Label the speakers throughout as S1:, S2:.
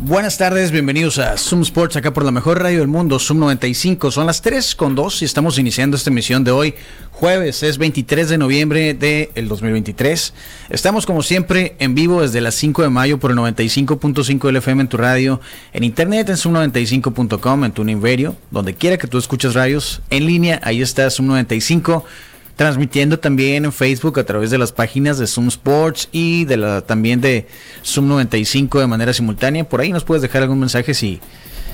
S1: Buenas tardes, bienvenidos a Zoom Sports, acá por la mejor radio del mundo, Zoom 95. Son las 3 con 2 y estamos iniciando esta emisión de hoy, jueves, es 23 de noviembre del el 2023. Estamos como siempre en vivo desde las 5 de mayo por el 95.5 del FM en tu radio, en internet en zoom95.com, en tu Radio, donde quiera que tú escuches radios, en línea, ahí está Zoom 95 transmitiendo también en Facebook a través de las páginas de Zoom Sports y de la también de Zoom 95 de manera simultánea. Por ahí nos puedes dejar algún mensaje si,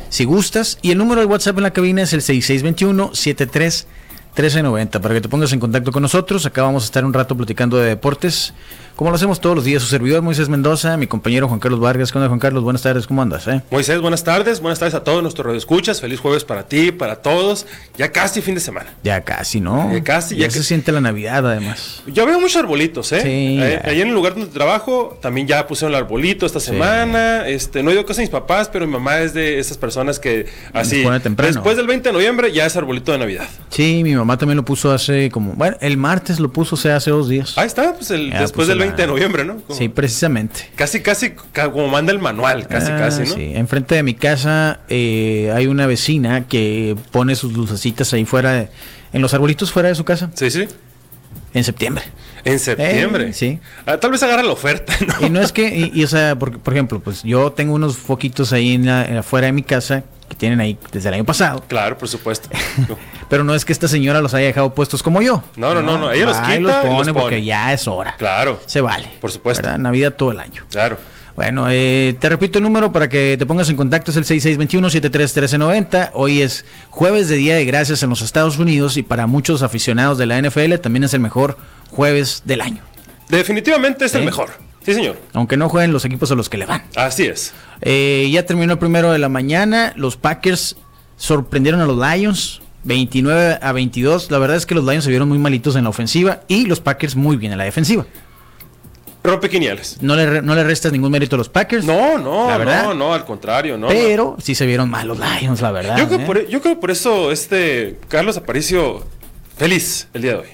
S1: si gustas. Y el número de WhatsApp en la cabina es el 6621-73. 1390, para que te pongas en contacto con nosotros. Acá vamos a estar un rato platicando de deportes, como lo hacemos todos los días. Su servidor Moisés Mendoza, mi compañero Juan Carlos Vargas. ¿Qué onda, Juan Carlos? Buenas tardes, ¿cómo andas? Eh?
S2: Moisés, buenas tardes. Buenas tardes a todos nuestros radioescuchas. Feliz jueves para ti, para todos. Ya casi fin de semana.
S1: Ya casi, ¿no?
S2: Ya casi,
S1: ya,
S2: ya
S1: se
S2: que-
S1: siente la Navidad, además.
S2: Yo veo muchos arbolitos, ¿eh?
S1: Sí.
S2: Eh, Allá en el lugar donde trabajo también ya pusieron el arbolito esta semana. Este, no digo que sean mis papás, pero mi mamá es de esas personas que así.
S1: pone temprano.
S2: Después del 20 de noviembre ya es arbolito de Navidad.
S1: Sí, mi mamá también lo puso hace como. Bueno, el martes lo puso, o sea, hace dos días.
S2: Ahí está, pues el,
S1: Ya
S2: después
S1: puso
S2: del 20 de
S1: Ah, la-
S2: noviembre, ¿no? Como-
S1: Sí, precisamente.
S2: Casi, casi, ca- como manda el manual, casi,
S1: Ah,
S2: casi, ¿no?
S1: Sí, enfrente de mi casa eh, hay una vecina que pone sus lucecitas ahí fuera, de- en los arbolitos fuera de su casa,
S2: Sí, sí.
S1: en septiembre.
S2: En septiembre.
S1: Eh, sí.
S2: Ah, tal vez agarra la oferta, ¿no?
S1: Y no es que, y, y, o sea, por, por ejemplo, pues yo tengo unos foquitos ahí en la, en afuera de mi casa que tienen ahí desde el año pasado,
S2: Claro, por supuesto.
S1: pero no es que esta señora los haya dejado puestos como yo.
S2: No, no, no, no, ella los
S1: va y
S2: quita
S1: los
S2: y los
S1: pone porque
S2: pone.
S1: ya es hora.
S2: Claro.
S1: Se vale.
S2: Por supuesto.
S1: ¿verdad? Navidad todo el año.
S2: Claro.
S1: Bueno, eh, te repito el número para que te pongas en contacto, es el 6621-731390. Hoy es jueves de Día de Gracias en los Estados Unidos y para muchos aficionados de la NFL también es el mejor jueves del año.
S2: Definitivamente es
S1: ¿Sí?
S2: el mejor. Sí, señor.
S1: Aunque no jueguen los equipos a los que le van.
S2: Así es.
S1: Eh, ya terminó el primero de la mañana, los Packers sorprendieron a los Lions. 29 a 22, la verdad es que los Lions se vieron muy malitos en la ofensiva y los Packers muy bien en la defensiva.
S2: Rompe quiniales.
S1: No le, re- no le restas ningún mérito a los Packers.
S2: No, no,
S1: La verdad.
S2: no, no, al contrario, no. no.
S1: Pero sí se vieron mal los Lions, la verdad.
S2: Yo creo,
S1: ¿eh?
S2: por, yo creo por eso este Carlos Aparicio feliz el día de hoy.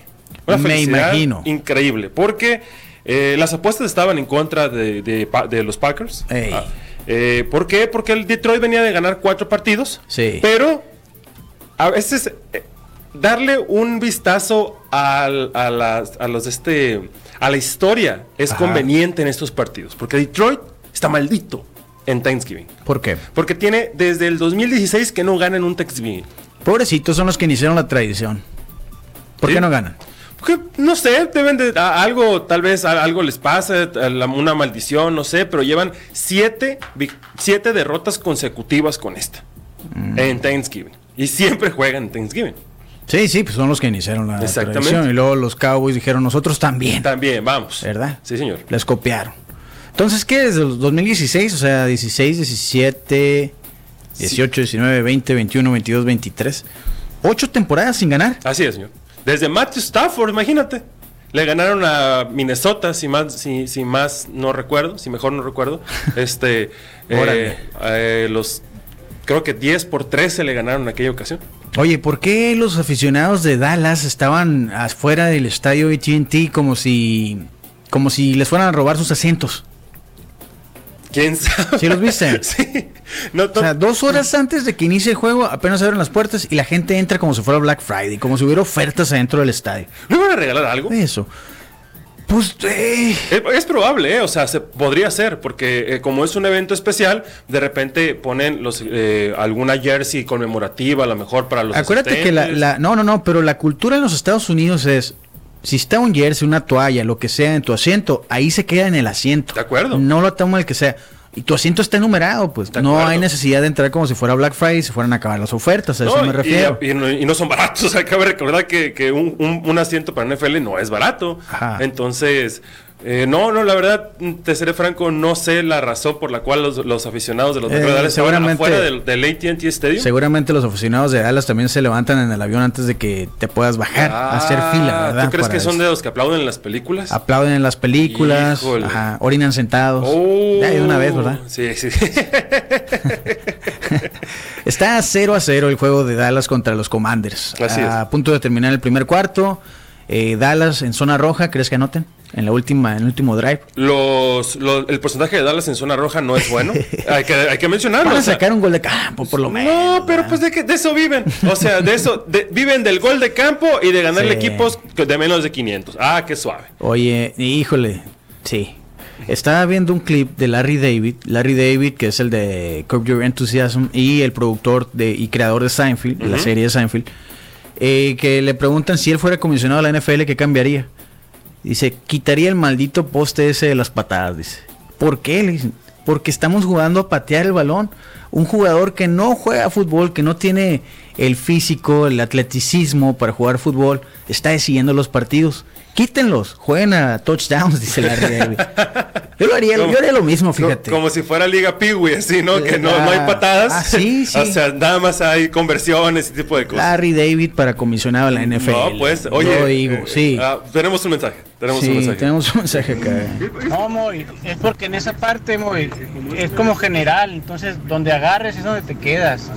S2: Una
S1: Me
S2: felicidad
S1: imagino.
S2: increíble, porque eh, las apuestas estaban en contra de, de pa- de los Packers.
S1: Ey.
S2: Ah, eh, ¿Por qué? Porque el Detroit venía de ganar cuatro partidos,
S1: Sí.
S2: pero a veces eh, darle un vistazo al- a, las- a los de este a la historia es
S1: Ajá.
S2: conveniente en estos partidos, porque Detroit está maldito en Thanksgiving.
S1: ¿Por qué?
S2: Porque tiene desde el 2016 que no ganan un Thanksgiving.
S1: Pobrecitos son los que iniciaron la tradición. ¿Por
S2: Sí.
S1: qué no ganan?
S2: Que, no sé, deben de a- algo, tal vez a- algo les pasa, a la- una maldición, no sé, pero llevan siete, vic- siete derrotas consecutivas con esta en Thanksgiving. Y siempre juegan en Thanksgiving.
S1: Sí, sí, pues son los que iniciaron la
S2: Exactamente.
S1: tradición. Y luego los Cowboys dijeron, nosotros también.
S2: También, vamos.
S1: ¿Verdad?
S2: Sí, señor.
S1: Les copiaron. Entonces, ¿qué? Desde el 2016, o sea, 16, 17, 18, 19, 20, 21, 22, 23. Ocho temporadas sin ganar.
S2: Así es, señor. Desde Matthew Stafford, imagínate. Le ganaron a Minnesota, si más, si, si más no recuerdo, si mejor no recuerdo. Este, eh,
S1: Órale.
S2: eh, los, creo que 10 por 13 le ganaron en aquella ocasión.
S1: Oye, ¿por qué los aficionados de Dallas estaban afuera del estadio AT&T como si, como si les fueran a robar sus asientos?
S2: ¿Quién sabe?
S1: ¿Sí los viste?
S2: sí. No,
S1: O sea,
S2: no-
S1: dos horas antes de que inicie el juego, apenas abren las puertas y la gente entra como si fuera Black Friday, como si hubiera ofertas adentro del estadio.
S2: ¿No iban a regalar algo?
S1: Eso. Pues, eh,
S2: Es, es probable, ¿eh? o sea, se podría ser, porque eh, como es un evento especial, de repente ponen los eh, alguna jersey conmemorativa, a lo mejor para los.
S1: acuérdate que la,
S2: asistentes.
S1: la- No, no, no, pero la cultura en los Estados Unidos es... Si está un jersey, una toalla, lo que sea en tu asiento, ahí se queda en el asiento.
S2: De acuerdo.
S1: No lo toma el que sea. Y tu asiento está numerado, pues.
S2: De
S1: No
S2: acuerdo.
S1: hay necesidad de entrar como si fuera Black Friday, se fueran a acabar las ofertas, a eso
S2: No,
S1: me
S2: y-
S1: refiero.
S2: Y, no, y no son baratos. O sea, cabe recordar que, que un, un- un asiento para NFL no es barato.
S1: Ajá.
S2: Entonces, Eh, no, no, la verdad, te seré franco, no sé la razón por la cual los, los aficionados de los
S1: Eh,
S2: Metro
S1: seguramente-
S2: fuera del, del ATT Stadium.
S1: Seguramente los aficionados de Dallas también se levantan en el avión antes de que te puedas bajar a hacer
S2: Ah,
S1: fila, ¿verdad?
S2: ¿Tú crees
S1: Para
S2: que son
S1: eso.
S2: de los que aplauden en las películas?
S1: Aplauden en las películas,
S2: Híjole.
S1: ajá, orinan sentados.
S2: Oh.
S1: Ya, de una vez, ¿verdad?
S2: Sí, sí.
S1: Está 0 a 0 el juego de Dallas contra los Commanders.
S2: Así
S1: a
S2: es.
S1: punto de terminar el primer cuarto. Eh, Dallas en zona roja, ¿crees que anoten? En la última, en el último drive.
S2: Los, los- el porcentaje de Dallas en zona roja no es bueno. hay, que, hay que mencionarlo.
S1: Van a
S2: o sea,
S1: sacar un gol de campo, por lo menos.
S2: No, pero
S1: ¿verdad?
S2: pues de, que, de eso viven. O sea, de eso de- viven del gol de campo y de ganarle
S1: Sí.
S2: equipos de menos de 500. Ah, qué suave.
S1: Oye, híjole, sí. Estaba viendo un clip de Larry David, Larry David, que es el de Curb Your Enthusiasm y el productor de, y creador de Seinfeld, de la serie de Seinfeld, eh, que le preguntan si él fuera comisionado de la NFL, ¿qué cambiaría? Dice, quitaría el maldito poste ese de las patadas, dice. ¿Por qué? Le dicen, porque estamos jugando a patear el balón. Un jugador que no juega fútbol, que no tiene el físico, el atleticismo para jugar fútbol, está decidiendo los partidos. Quítenlos, jueguen a touchdowns, dice la Yo lo haría, yo haría lo mismo,
S2: Co-
S1: fíjate.
S2: Como si fuera Liga Piwi, así, ¿no?
S1: Eh,
S2: Que no, no hay
S1: ah,
S2: patadas.
S1: ah, sí, sí.
S2: O sea, nada más hay conversiones y tipo de cosas.
S1: Larry David para comisionado de la NFL.
S2: No, pues,
S1: Yo
S2: oye.
S1: digo,
S2: eh,
S1: sí.
S2: ah, tenemos un mensaje. Tenemos
S1: Sí,
S2: un mensaje.
S1: tenemos un mensaje acá.
S3: No, Moy, es porque en esa parte, Moy, es como general, entonces donde agarres es donde te quedas.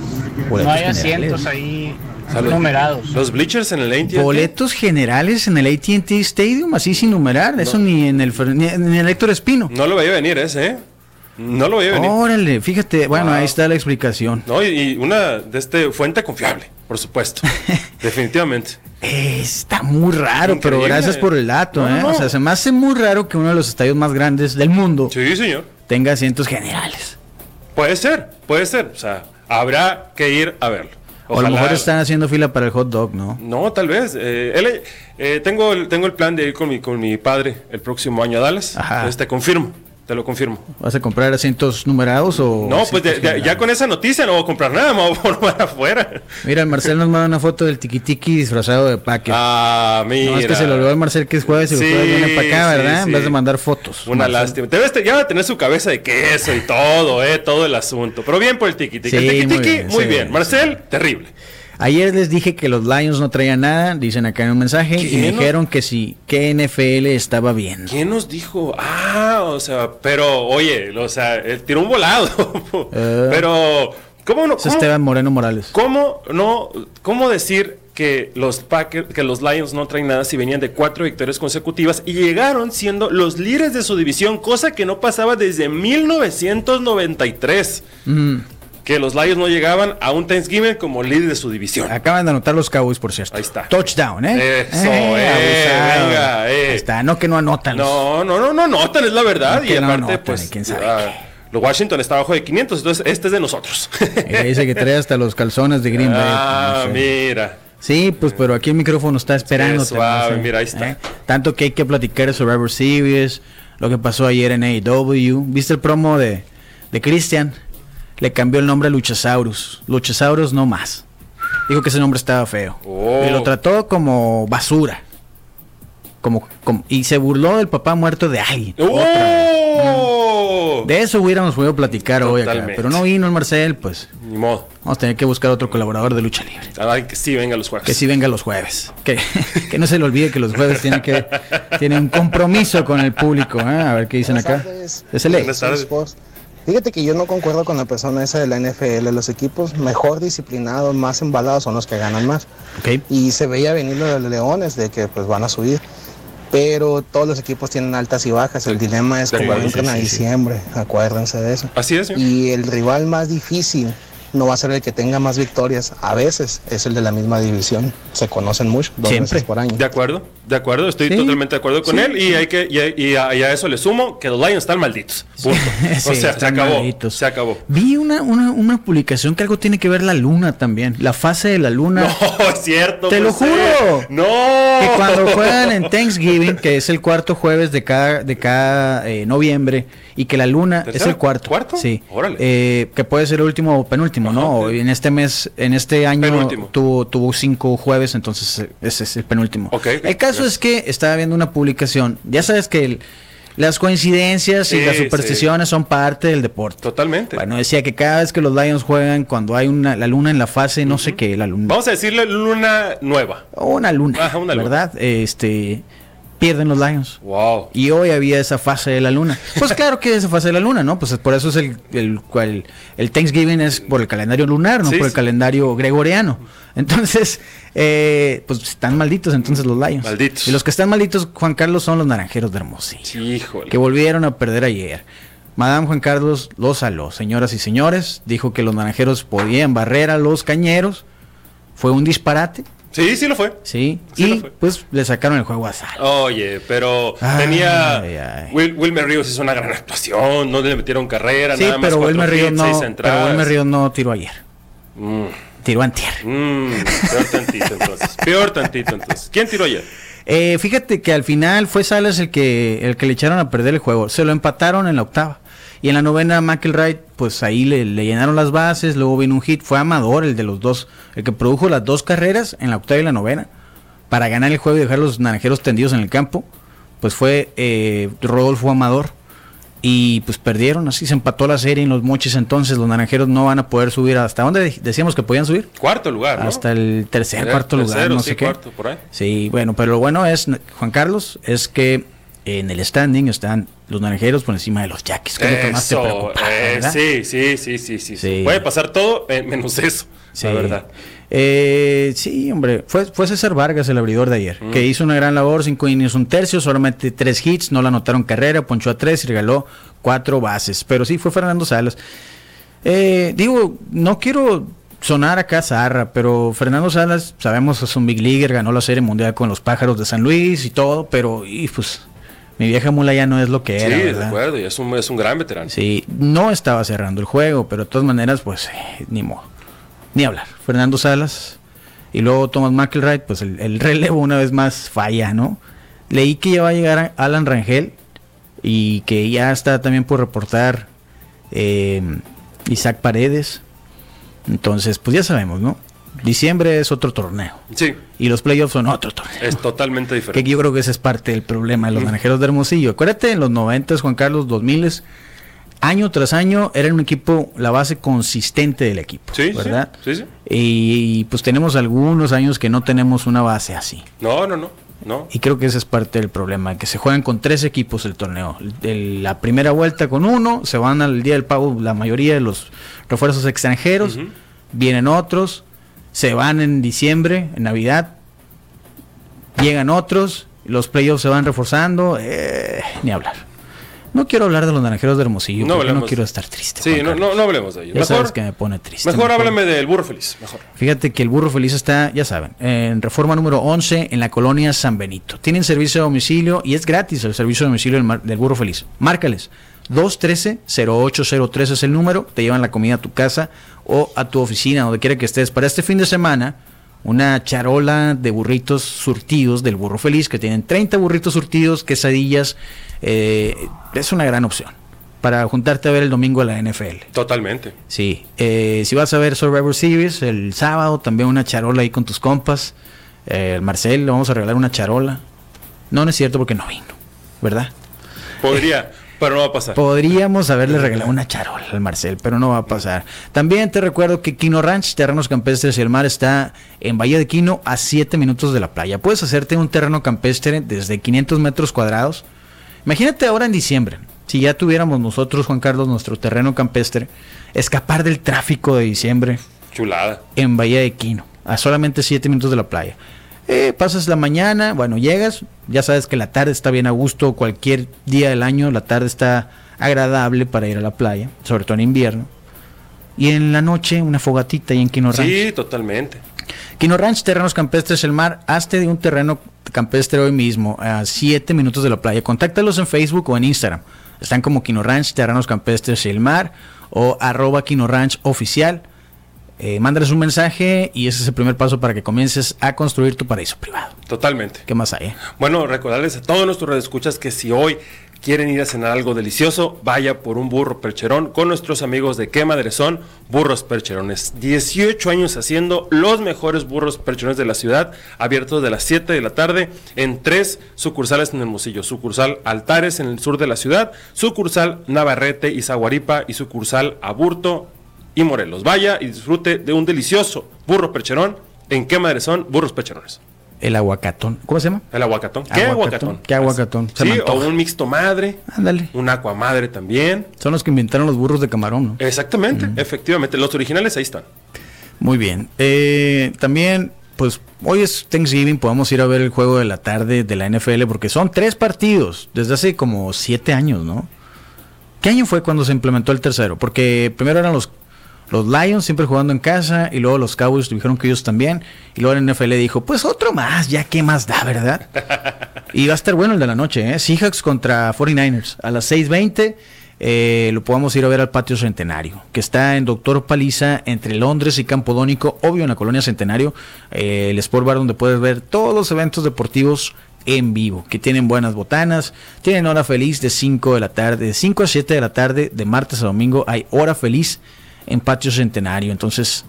S1: Boletos
S3: no hay
S1: generales.
S3: asientos ahí
S2: Salud.
S3: numerados.
S2: Los bleachers en el AT&T.
S1: Boletos generales en el ATT Stadium, así sin numerar. Eso ni en el, Fer- ni en el Héctor Espino.
S2: No lo veía venir ese, ¿eh? No lo veía venir.
S1: Órale, fíjate. Bueno,
S2: Wow.
S1: ahí está la explicación.
S2: No, y, y una de este fuente confiable, por supuesto. Definitivamente.
S1: Eh, está muy raro, pero
S2: Increíble.
S1: gracias por el dato.
S2: No,
S1: ¿eh?
S2: no,
S1: O
S2: no.
S1: sea, se me hace muy raro que uno de los estadios más grandes del mundo
S2: Sí, señor.
S1: tenga asientos generales.
S2: Puede ser, puede ser. O sea, habrá que ir a verlo.
S1: O a lo
S2: Ojalá-
S1: mejor están haciendo fila para el hot dog, ¿no?
S2: No, tal vez. Eh, él, eh, tengo, el, tengo el plan de ir con mi, con mi padre el próximo año a Dallas.
S1: Ajá.
S2: Entonces te confirmo, te lo confirmo.
S1: ¿Vas a comprar asientos numerados o.?
S2: no, pues de-
S1: asientos
S2: de- ya
S1: generales?
S2: con esa noticia no voy a comprar nada, me voy a volver afuera.
S1: Mira, el Marcel nos manda una foto del tiquitiqui disfrazado de paque.
S2: Ah, mira.
S1: no, es que se lo olvidó al Marcel que es jueves y los
S2: Sí,
S1: jueves vienen para acá,
S2: sí,
S1: ¿verdad? En
S2: sí.
S1: vez de mandar fotos.
S2: Una
S1: Marcel.
S2: lástima. Debe te- ya va a tener su cabeza de queso y todo, eh, todo el asunto. Pero bien por el tiki tiki.
S1: Sí,
S2: el tiki
S1: muy
S2: muy
S1: bien,
S2: bien.
S1: sí, sí.
S2: Marcel, terrible.
S1: Ayer les dije que los Lions no traían nada, dicen acá en un mensaje, y
S2: ¿Qué?
S1: me dijeron que sí, que NFL estaba bien.
S2: ¿Quién nos dijo? Ah, o sea, pero oye, o sea, él tiró un volado.
S1: Eh.
S2: pero ¿cómo no?
S1: Es
S2: cómo-
S1: Esteban Moreno Morales.
S2: ¿Cómo no? ¿Cómo decir que los Packers, que los Lions no traen nada si venían de cuatro victorias consecutivas y llegaron siendo los líderes de su división, cosa que no pasaba desde 1993? Que los Lions no llegaban a un Thanksgiving como líder de su división.
S1: Acaban de anotar los Cowboys, por cierto.
S2: Ahí está.
S1: Touchdown, ¿eh?
S2: Eso, eh, venga, eh.
S1: Ahí está, no que no anotan.
S2: No, no, no, no, no, tan es la verdad.
S1: No,
S2: Y
S1: que no
S2: aparte,
S1: notan,
S2: pues,
S1: quién sabe
S2: ah, lo Washington está abajo de 500, entonces este es de nosotros.
S1: Ella dice Eh, que trae hasta los calzones de Green Bay.
S2: ah,
S1: No sé.
S2: mira.
S1: Sí, pues, pero aquí el micrófono está esperando.
S2: Qué suave, mira, ahí está.
S1: Tanto que hay que platicar de Survivor Series, lo que pasó ayer en AEW. ¿Viste el promo de, de Christian? Le cambió el nombre a Luchasaurus. Luchasaurus no más. Dijo que ese nombre estaba feo.
S2: Oh.
S1: Y lo trató como basura. Como, como- y se burló del papá muerto de alguien. Otra vez. Mm.
S2: ¡Oh!
S1: De eso hubiéramos podido platicar hoy acá.
S2: Totalmente.
S1: Pero no vino el Marcel, pues
S2: Ni modo.
S1: vamos a tener que buscar otro colaborador de lucha libre.
S2: Ay, que sí, venga los jueves.
S1: Que sí venga los jueves. Que, que no se le olvide que los jueves tiene que tiene un compromiso con el público. ¿eh? A ver qué dicen acá.
S4: tardes.
S1: Es el E.
S2: Buenas tardes.
S4: Sports. Fíjate que yo no concuerdo con la persona esa de la NFL. Los equipos mejor disciplinados, más embalados son los que ganan más.
S1: Ok.
S4: Y se veía venir lo de los Leones, de que pues van a subir. Pero todos los equipos tienen altas y bajas. El dilema es
S2: De
S4: cómo
S2: acuerdo,
S4: entran
S2: sí,
S4: a
S2: sí, sí.
S4: diciembre. Acuérdense de eso.
S2: Así es, señor.
S4: Y el rival más difícil no va a ser el que tenga más victorias. A veces es el de la misma división. Se conocen mucho, dos
S1: Siempre.
S4: veces por año.
S2: De acuerdo, de acuerdo, estoy
S1: Sí.
S2: totalmente de acuerdo con
S1: Sí.
S2: él y hay que y, a- y a, y a eso le sumo que los Lions están malditos. Punto.
S1: Sí,
S2: o sea, se
S1: están
S2: acabó.
S1: malditos.
S2: Se acabó.
S1: Vi una, una, una publicación que algo tiene que ver la luna también. La fase de la luna.
S2: No, es cierto.
S1: Te lo
S2: José.
S1: juro.
S2: No.
S1: Que cuando juegan en Thanksgiving, que es el cuarto jueves de cada, de cada eh, noviembre, y que la luna es
S2: ¿Tercero?
S1: el cuarto.
S2: ¿Cuarto?
S1: Sí.
S2: Órale.
S1: Eh, que puede ser el último o penúltimo, ¿no?
S2: Ajá.
S1: En este mes, en este año
S2: Penúltimo.
S1: tuvo, tuvo cinco jueves, entonces eh, ese es el penúltimo.
S2: Ok, ok.
S1: El caso es que estaba viendo una publicación. Ya sabes que el, Las coincidencias y
S2: Sí,
S1: las supersticiones son parte del deporte.
S2: Totalmente.
S1: Bueno, decía que cada vez que los Lions juegan, cuando hay una, la luna en la fase, no sé qué, la luna.
S2: Vamos a decirle luna nueva.
S1: Una luna,
S2: Ajá, una luna.
S1: ¿verdad? Este, pierden los Lions.
S2: Wow.
S1: Y hoy había esa fase de la luna. Pues claro que esa fase de la luna, ¿no? Pues por eso es el, el cual el Thanksgiving es por el calendario lunar, no
S2: Sí,
S1: por el
S2: sí.
S1: calendario gregoriano. Entonces, eh, pues están malditos entonces los Lions.
S2: Malditos.
S1: Y los que están malditos, Juan Carlos, son los naranjeros de Hermosillo
S2: Híjole.
S1: que volvieron a perder ayer. Madame Juan Carlos los saló, señoras y señores. Dijo que los naranjeros podían barrer a los cañeros. Fue un disparate,
S2: Sí, sí lo fue.
S1: ¿sí?
S2: Sí lo
S1: y
S2: fue.
S1: pues le sacaron el juego a
S2: Oh,
S1: Sal.
S2: Oye, pero
S1: Ay,
S2: tenía.
S1: ay.
S2: Wil- Wilmer Ríos hizo una gran actuación, no le metieron carrera,
S1: sí,
S2: nada más.
S1: pero
S2: cuatro
S1: Wilmer Ríos
S2: hits,
S1: no,
S2: seis
S1: pero
S2: entradas.
S1: Wilmer Ríos no tiró ayer.
S2: Mm,
S1: Tiró antier.
S2: mm, peor tantito entonces. Peor tantito entonces. ¿Quién tiró ayer?
S1: Eh, fíjate que al final fue Salas el que, el que le echaron a perder el juego. Se lo empataron en la octava. Y en la novena, McElroy, pues ahí le, le llenaron las bases. Luego vino un hit. Fue Amador, el de los dos, el que produjo las dos carreras en la octava y la novena. Para ganar el juego y dejar los naranjeros tendidos en el campo. Pues fue eh, Rodolfo Amador. Y pues perdieron, así se empató la serie en los moches. Entonces los naranjeros no van a poder subir. ¿Hasta dónde de- decíamos que podían subir?
S2: Cuarto lugar, ¿no?
S1: Hasta el tercer,
S2: Tercer,
S1: cuarto lugar,
S2: tercero,
S1: no
S2: sí,
S1: sé qué.
S2: cuarto, por ahí.
S1: Sí, bueno, pero lo bueno es, Juan Carlos, es que en el standing están los naranjeros por encima de los yaquis, que es lo que más te
S2: Eso,
S1: preocupa,
S2: eh,
S1: ¿verdad?
S2: sí, sí, sí, sí, sí,
S1: Sí.
S2: Puede pasar todo eh, menos eso,
S1: Sí.
S2: la verdad.
S1: Eh, sí, hombre, fue, fue César Vargas el abridor de ayer, que
S2: Mm.
S1: hizo una gran labor, cinco innings, un tercio, solamente tres hits, no la anotaron carrera, ponchó a tres y regaló cuatro bases. Pero sí, fue Fernando Salas. Eh, digo, no quiero sonar acá zarra, pero Fernando Salas, sabemos, es un big leaguer, ganó la Serie Mundial con los Pájaros de San Luis y todo, pero y pues mi vieja mula ya no es lo que era,
S2: sí, de
S1: ¿verdad?
S2: acuerdo, y es un, es un gran veterano.
S1: Sí, no estaba cerrando el juego, pero de todas maneras, pues, eh, ni modo. Ni hablar. Fernando Salas y luego Thomas McElroy, pues el, el relevo una vez más falla, ¿no? Leí que ya va a llegar a- Alan Rangel y que ya está también por reportar eh, Isaac Paredes. Entonces, pues ya sabemos, ¿no? Diciembre es otro torneo
S2: Sí,
S1: y los playoffs son otro torneo.
S2: es totalmente
S1: Que
S2: diferente.
S1: yo creo que ese es parte del problema de los naranjeros de Hermosillo. Acuérdate, en los 90, Juan Carlos, 2000, año tras año, era un equipo, la base consistente del equipo.
S2: Sí, sí,
S1: ¿verdad?
S2: sí, sí.
S1: Y, pues tenemos algunos años que no tenemos una base así.
S2: No, no, no, no.
S1: Y creo que ese es parte del problema, que se juegan con tres equipos el torneo. El- la primera vuelta con uno, se van al día del pago la mayoría de los refuerzos extranjeros,
S2: Ujú.
S1: vienen otros, se van en diciembre, en Navidad, llegan otros, los playoffs se van reforzando, eh, ni hablar. No quiero hablar de los naranjeros de Hermosillo,
S2: No
S1: porque no
S2: hablemos.
S1: quiero estar triste.
S2: Sí,
S1: Juan
S2: no,
S1: Carlos.
S2: no, no hablemos de ello.
S1: Ya sabes
S2: Mejor,
S1: que me pone triste.
S2: mejor háblame del burro feliz, mejor.
S1: Fíjate que el burro feliz está, ya saben, en reforma número 11 en la colonia San Benito. Tienen servicio a domicilio y es gratis el servicio a domicilio del, mar- del burro feliz. Márcales. 213-0803 es el número. Te llevan la comida a tu casa o a tu oficina, donde quiera que estés. Para este fin de semana, una charola de burritos surtidos del burro feliz, que tienen 30 burritos surtidos, quesadillas. eh, es una gran opción para juntarte a ver el domingo a la NFL.
S2: Totalmente.
S1: Sí, eh, si vas a ver Survivor Series el sábado, también una charola ahí con tus compas. Eh, el Marcel, le vamos a regalar una charola. No, no es cierto porque no vino, ¿verdad?
S2: Podría, pero no va a pasar.
S1: Podríamos haberle regalado una charola al Marcel, pero no va a pasar. También te recuerdo que Quino Ranch, Terrenos Campestres y el Mar, está en Bahía de Quino a 7 minutos de la playa. Puedes hacerte un terreno campestre desde 500 metros cuadrados. Imagínate ahora en diciembre, si ya tuviéramos nosotros, Juan Carlos, nuestro terreno campestre, escapar del tráfico de diciembre
S2: Chulada.
S1: en Bahía de Quino, a solamente 7 minutos de la playa. Eh, pasas la mañana, bueno, llegas, ya sabes que la tarde está bien a gusto, cualquier día del año la tarde está agradable para ir a la playa, sobre todo en invierno. Y en la noche una fogatita y en Quino Ranch.
S2: Sí, totalmente.
S1: Quino Ranch, terrenos campestres, el mar, hazte de un terreno campestre hoy mismo, a 7 minutos de la playa. Contáctalos en Facebook o en Instagram. Están como Quino Ranch, terrenos campestres y el mar, o arroba Quino Ranch oficial. Eh, mándales un mensaje y ese es el primer paso para que comiences a construir tu paraíso privado.
S2: Totalmente.
S1: ¿Qué más hay? eh?
S2: Bueno, recordarles a todos nuestros radioescuchas que si hoy quieren ir a cenar algo delicioso, vaya por un burro percherón con nuestros amigos de Qué Madre Son, Burros Percherones. 18 años haciendo los mejores burros percherones de la ciudad, abiertos de las 7 de la tarde en tres sucursales en Hermosillo. Sucursal Altares en el sur de la ciudad, sucursal Navarrete y Zaguaripa y sucursal Aburto y Morelos. Vaya y disfrute de un delicioso burro percherón en Qué Madre Son, Burros Percherones.
S1: El aguacatón. ¿Cómo se llama?
S2: El aguacatón. ¿Qué
S1: Aguacatón.
S2: aguacatón?
S1: ¿Qué aguacatón? Se me
S2: Sí, o
S1: antoja.
S2: un mixto madre.
S1: Ándale.
S2: Un aqua madre también.
S1: Son los que inventaron los burros de camarón, ¿no?
S2: Exactamente,
S1: Mm.
S2: efectivamente. Los originales ahí están.
S1: Muy bien. Eh, también, pues hoy es Thanksgiving, podemos ir a ver el juego de la tarde de la NFL porque son tres partidos desde hace como siete años, ¿no? ¿Qué año fue cuando se implementó el tercero? Porque primero eran los, los Lions siempre jugando en casa y luego los Cowboys dijeron que ellos también y luego la NFL dijo, pues otro más, ya qué más da, ¿verdad? Y va a estar bueno el de la noche, ¿eh? Seahawks contra 49ers. A las 6.20 eh, lo podamos ir a ver al Patio Centenario, que está en Doctor Paliza, entre Londres y Campodónico, obvio en la colonia Centenario, eh, el Sport Bar donde puedes ver todos los eventos deportivos en vivo, que tienen buenas botanas, tienen hora feliz de 5 de la tarde, de 5 a 7 de la tarde, de martes a domingo hay hora feliz en Patio Centenario. Entonces,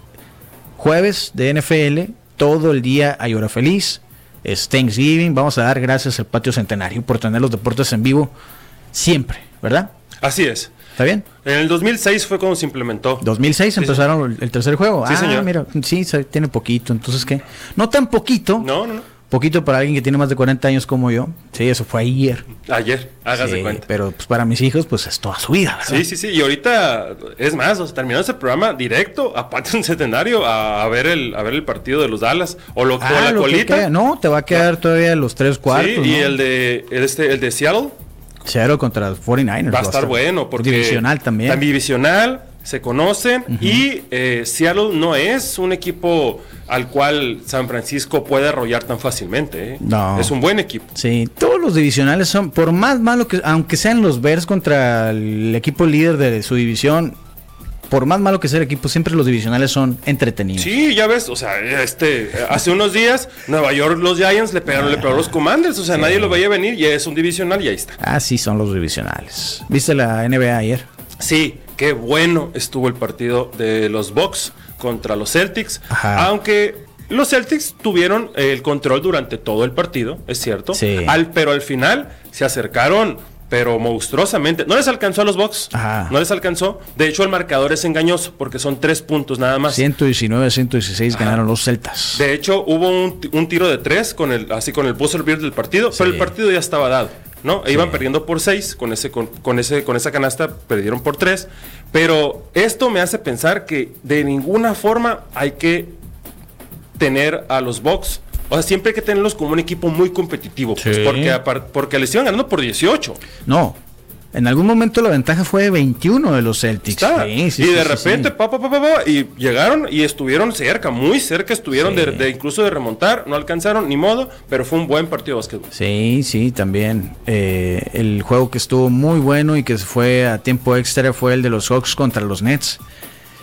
S1: jueves de NFL, todo el día hay hora feliz, es Thanksgiving, vamos a dar gracias al Patio Centenario por tener los deportes en vivo siempre, ¿verdad?
S2: Así es.
S1: ¿Está bien?
S2: En el 2006 fue cuando se implementó.
S1: 2006
S2: Sí,
S1: empezaron el- el tercer juego.
S2: Sí,
S1: ah,
S2: señor.
S1: mira, sí, se- tiene poquito, entonces qué. No tan poquito,
S2: No, no, no.
S1: poquito para alguien que tiene más de 40 años como yo. Sí, eso fue ayer.
S2: Ayer, hagas
S1: Sí,
S2: de cuenta.
S1: Pero pues, para mis hijos, pues es toda su vida, ¿verdad?
S2: Sí, sí, sí. Y ahorita, es más, o sea, terminando ese programa directo a Patton Centenario a, a ver el, a ver el partido de los Dallas. O, lo, o
S1: Ah,
S2: la
S1: lo que
S2: colita.
S1: queda. No, te va a quedar todavía los tres cuartos.
S2: sí, y
S1: ¿no?
S2: el de el este, el de Seattle
S1: Seattle contra los 49ers.
S2: va a estar bueno porque
S1: Divisional también.
S2: divisional, se conocen y eh, Seattle no es un equipo al cual San Francisco puede arrollar tan fácilmente. ¿eh?
S1: No.
S2: Es un buen equipo.
S1: Sí, todos los divisionales son, por más malo que, aunque sean los Bears contra el equipo líder de su división, por más malo que sea el equipo, siempre los divisionales son entretenidos.
S2: Sí, ya ves, o sea, este, eh, hace unos días Nueva York los Giants le pegaron, le pegaron los Commanders, o sea, nadie lo veía venir, ya es un divisional y ahí está.
S1: Así Ah, son los divisionales. ¿Viste la NBA ayer?
S2: Sí, qué bueno estuvo el partido de los Bucks contra los Celtics,
S1: Ajá.
S2: aunque los Celtics tuvieron el control durante todo el partido, es cierto,
S1: Sí.
S2: al, pero al final se acercaron. Pero monstruosamente. No les alcanzó a los Bucks.
S1: Ajá.
S2: No les alcanzó. De hecho, el marcador es engañoso porque son tres puntos nada más.
S1: 119 116 ganaron los Celtas.
S2: De hecho, hubo un, ti- un tiro de tres con el, así con el buzzer beer del partido, pero el partido ya estaba dado. ¿no? E Iban perdiendo por seis, con, ese, con, con ese, con esa canasta perdieron por tres. Pero esto me hace pensar que de ninguna forma hay que tener a los Bucks. O sea, siempre hay que tenerlos como un equipo muy competitivo, pues,
S1: Sí.
S2: porque, apar- porque les iban ganando por 18.
S1: No. En algún momento la ventaja fue de 21 de los Celtics.
S2: Está.
S1: Sí, sí,
S2: y
S1: sí, sí,
S2: de
S1: sí.
S2: repente, pa, pa, pa, pa, pa, y llegaron y estuvieron cerca, muy cerca estuvieron de, de incluso de remontar, no alcanzaron ni modo, pero fue un buen partido de básquetbol.
S1: Sí, sí, también. Eh, el juego que estuvo muy bueno y que se fue a tiempo extra fue el de los Hawks contra los Nets.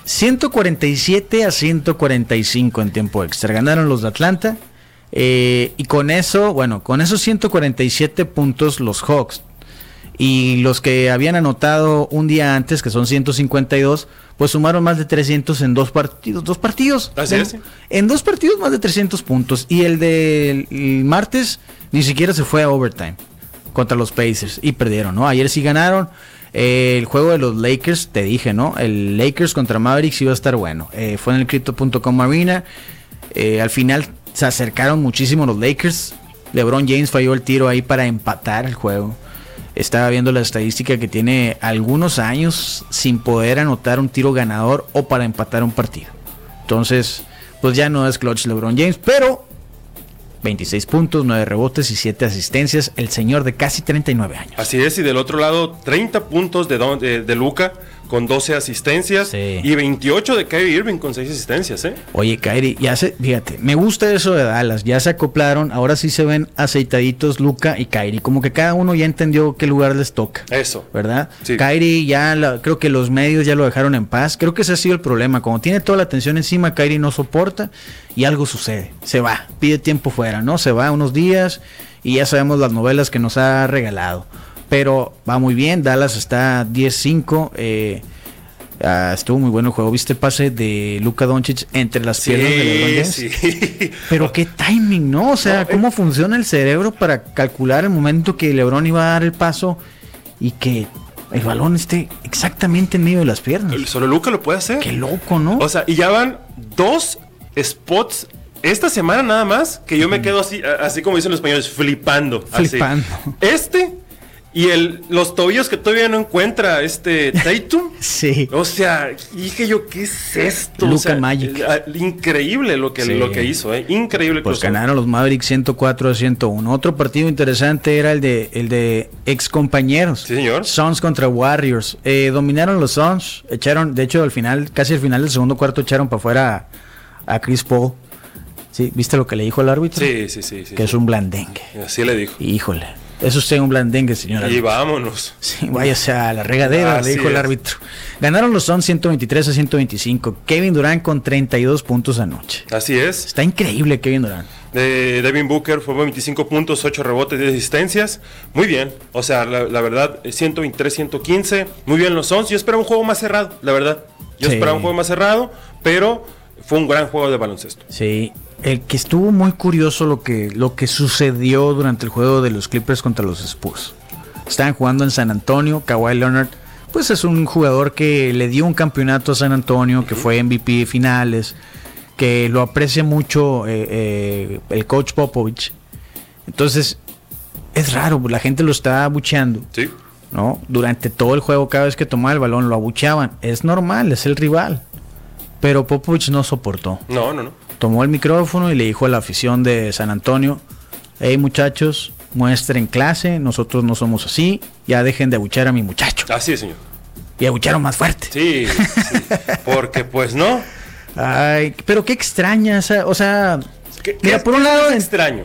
S1: 147 a 145 en tiempo extra. Ganaron los de Atlanta. eh, y con eso, bueno, con esos 147 puntos los Hawks y los que habían anotado un día antes, que son 152, pues sumaron más de 300 en dos partidos. Dos partidos.
S2: Así
S1: En-
S2: es.
S1: En dos partidos más de 300 puntos. Y el del el martes ni siquiera se fue a overtime contra los Pacers. Y perdieron, ¿no? Ayer sí ganaron. Eh, el juego de los Lakers, te dije, ¿no? El Lakers contra Mavericks iba a estar bueno. Eh, fue en el Crypto.com Arena. Eh, al final se acercaron muchísimo los Lakers. LeBron James falló el tiro ahí para empatar el juego. Estaba viendo la estadística que tiene algunos años sin poder anotar un tiro ganador o para empatar un partido. Entonces, pues ya no es clutch LeBron James, pero 26 puntos, 9 rebotes y 7 asistencias. El señor de casi 39 años.
S2: Así es, y del otro lado, 30 puntos de, Don- de, de Luca con 12 asistencias
S1: Sí.
S2: y 28 de Kyrie Irving con 6 asistencias, ¿eh?
S1: Oye, Kairi, ya se, fíjate, me gusta eso de Dallas, ya se acoplaron, ahora sí se ven aceitaditos Luca y Kairi, como que cada uno ya entendió qué lugar les toca.
S2: Eso.
S1: ¿verdad?
S2: Sí.
S1: Kyrie ya la- creo que los medios ya lo dejaron en paz. Creo que ese ha sido el problema. Cuando tiene toda la atención encima, Kyrie no soporta y algo sucede. Se va, pide tiempo fuera, ¿no? Se va unos días y ya sabemos las novelas que nos ha regalado. Pero va muy bien. Dallas está 10-5. eh, ah, estuvo muy bueno el juego. ¿Viste el pase de Luka Doncic entre las piernas de LeBron James?
S2: sí.
S1: Pero qué timing, ¿no? O sea, cómo funciona el cerebro para calcular el momento que LeBron iba a dar el paso y que el balón esté exactamente en medio de las piernas.
S2: Solo Luca lo puede hacer.
S1: Qué loco, ¿no?
S2: O sea, y ya van dos spots esta semana nada más que yo me quedo así, a- así como dicen los españoles, flipando. así.
S1: Flipando.
S2: Este y el, los tobillos que todavía no encuentra este Tatum.
S1: sí.
S2: O sea, dije yo, ¿qué es esto?
S1: Luka
S2: O sea,
S1: Magic.
S2: eh, ah, Increíble lo que,
S1: Sí.
S2: lo que hizo, ¿eh? Increíble.
S1: Pues
S2: cosa.
S1: ganaron los Mavericks 104 a 101. Otro partido interesante era el de el de ex compañeros.
S2: Sí, señor.
S1: Suns contra Warriors. Eh, dominaron los Suns, echaron, de hecho al final, casi al final del segundo cuarto echaron para afuera a, a Chris Paul. Sí, ¿viste lo que le dijo el árbitro?
S2: Sí, sí, sí. sí.
S1: Que es un blandengue.
S2: Así le dijo.
S1: Híjole, es usted un blandengue, señora.
S2: Y vámonos.
S1: Sí, váyase a la regadera,
S2: Así
S1: le dijo el
S2: es.
S1: árbitro. Ganaron los Suns 123 a 125. Kevin Durant con 32 puntos anoche.
S2: Así es.
S1: Está increíble Kevin Durant.
S2: Eh, Devin Booker fue 25 puntos, 8 rebotes, 10 asistencias. Muy bien. O sea, la, la verdad, eh, 123, 115. Muy bien los 11. Yo esperaba un juego más cerrado, la verdad. Yo
S1: Sí.
S2: esperaba un juego más cerrado, pero fue un gran juego de baloncesto.
S1: Sí, el que estuvo muy curioso lo que, lo que sucedió durante el juego de los Clippers contra los Spurs. Estaban jugando en San Antonio, Kawhi Leonard, pues es un jugador que le dio un campeonato a San Antonio, que fue MVP de finales, que lo aprecia mucho eh, eh, el coach Popovich. Entonces, es raro, la gente lo está abucheando.
S2: Sí.
S1: ¿no? Durante todo el juego, cada vez que tomaba el balón, lo abucheaban. Es normal, es el rival. Pero Popovich no soportó
S2: No, no, no.
S1: tomó el micrófono y le dijo a la afición de San Antonio, hey muchachos, muestren clase, nosotros no somos así, ya dejen de abuchar a mi muchacho.
S2: Así es, señor.
S1: Y abucharon más fuerte.
S2: Sí, sí. Porque, pues, no.
S1: Ay, pero qué extraña esa, o sea,
S2: ¿Qué- qué
S1: mira,
S2: es- este?
S1: por un lado,
S2: Extraño.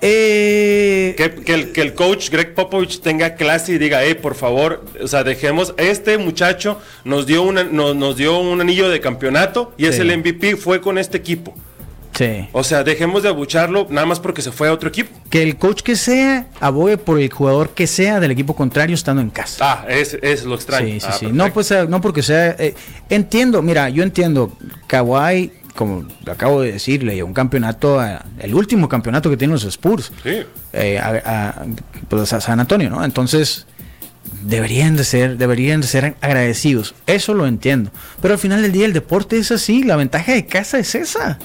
S1: eh,
S2: Que, que el, que el coach Greg Popovich tenga clase y diga, eh, por favor, o sea, dejemos, este muchacho nos dio, una, nos, nos dio un anillo de campeonato y es
S1: Sí.
S2: el MVP, fue con este equipo.
S1: sí,
S2: O sea, dejemos de abucharlo nada más porque se fue a otro equipo.
S1: que el coach que sea abogue por el jugador que sea del equipo contrario estando en casa.
S2: Ah, es, es lo extraño.
S1: Sí, sí,
S2: Ah,
S1: sí.
S2: perfecto.
S1: No, pues, eh, no porque sea. eh, entiendo, mira, yo entiendo. Kawhi, como lo acabo de decir, le llevó un campeonato, a- el último campeonato que tienen los Spurs.
S2: Sí.
S1: eh, a, a- pues, a San Antonio, ¿no? Entonces, deberían de ser, deberían de ser agradecidos. Eso lo entiendo. Pero al final del día, el deporte es así. La ventaja de casa es esa.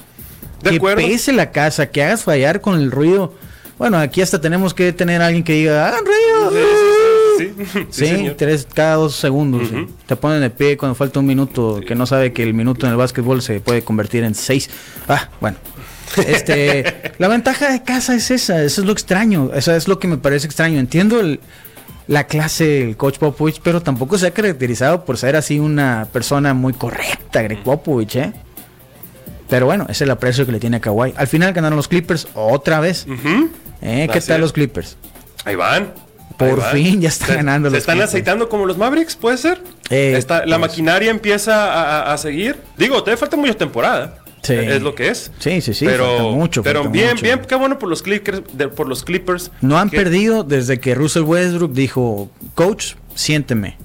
S2: De
S1: que
S2: acuerdo.
S1: pese la casa, que hagas fallar con el ruido. Bueno, aquí hasta tenemos que tener a alguien que diga, hagan ruido.
S2: Sí, sí, sí, sí. Sí,
S1: Sí,
S2: señor.
S1: tres cada dos segundos. sí. Te ponen de pie cuando falta un minuto, que no sabe que el minuto en el básquetbol se puede convertir en seis. Ah, bueno. Este, la ventaja de casa es esa, eso es lo extraño, eso es lo que me parece extraño. Entiendo el- la clase del coach Popovich, pero tampoco se ha caracterizado por ser así una persona muy correcta, Greg Popovich, ¿eh? Pero bueno, ese es el aprecio que le tiene a Kawhi. Al final ganaron los Clippers otra vez.
S2: Ujú.
S1: ¿eh? ¿Qué
S2: Así
S1: tal
S2: es.
S1: los Clippers?
S2: Ahí van.
S1: Por
S2: Ahí van.
S1: fin ya están
S2: Se-
S1: ganando
S2: ¿Se
S1: los
S2: están
S1: Clippers.
S2: aceitando como los Mavericks? ¿Puede ser?
S1: Eh,
S2: Está- la
S1: pues.
S2: maquinaria empieza a, a- a seguir. Digo, te falta mucha temporada. Eh,
S1: Sí.
S2: Es lo que es.
S1: Sí, sí, sí,
S2: Pero,
S1: falta mucho,
S2: pero
S1: falta
S2: bien,
S1: mucho.
S2: bien. Qué bueno por los Clippers. de- por los Clippers
S1: No han
S2: que-
S1: perdido desde que Russell Westbrook dijo, coach, siénteme,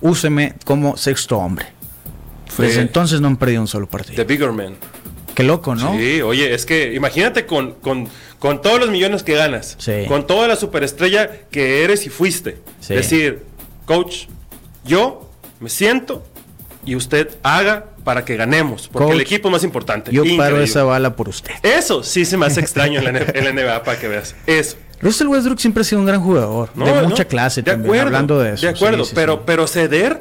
S1: úseme como sexto hombre.
S2: Fue
S1: Desde pues, entonces no han perdido un solo
S2: The
S1: partido.
S2: Bigger Man.
S1: Qué loco, ¿no?
S2: Sí, oye, es que imagínate con, con, con todos los millones que ganas.
S1: Sí.
S2: Con toda la superestrella que eres y fuiste.
S1: Sí.
S2: Es decir, coach, yo me siento y usted haga para que ganemos. Porque
S1: Coach,
S2: el equipo es más importante.
S1: Yo paro
S2: Increíble.
S1: esa bala por usted.
S2: Eso sí se me hace extraño en la, N- en la NBA, para que veas. Eso.
S1: Russell Westbrook siempre ha sido un gran jugador,
S2: No,
S1: de
S2: no,
S1: mucha clase
S2: de
S1: también,
S2: acuerdo,
S1: hablando de eso.
S2: De acuerdo,
S1: sí, sí,
S2: pero,
S1: sí.
S2: pero ceder,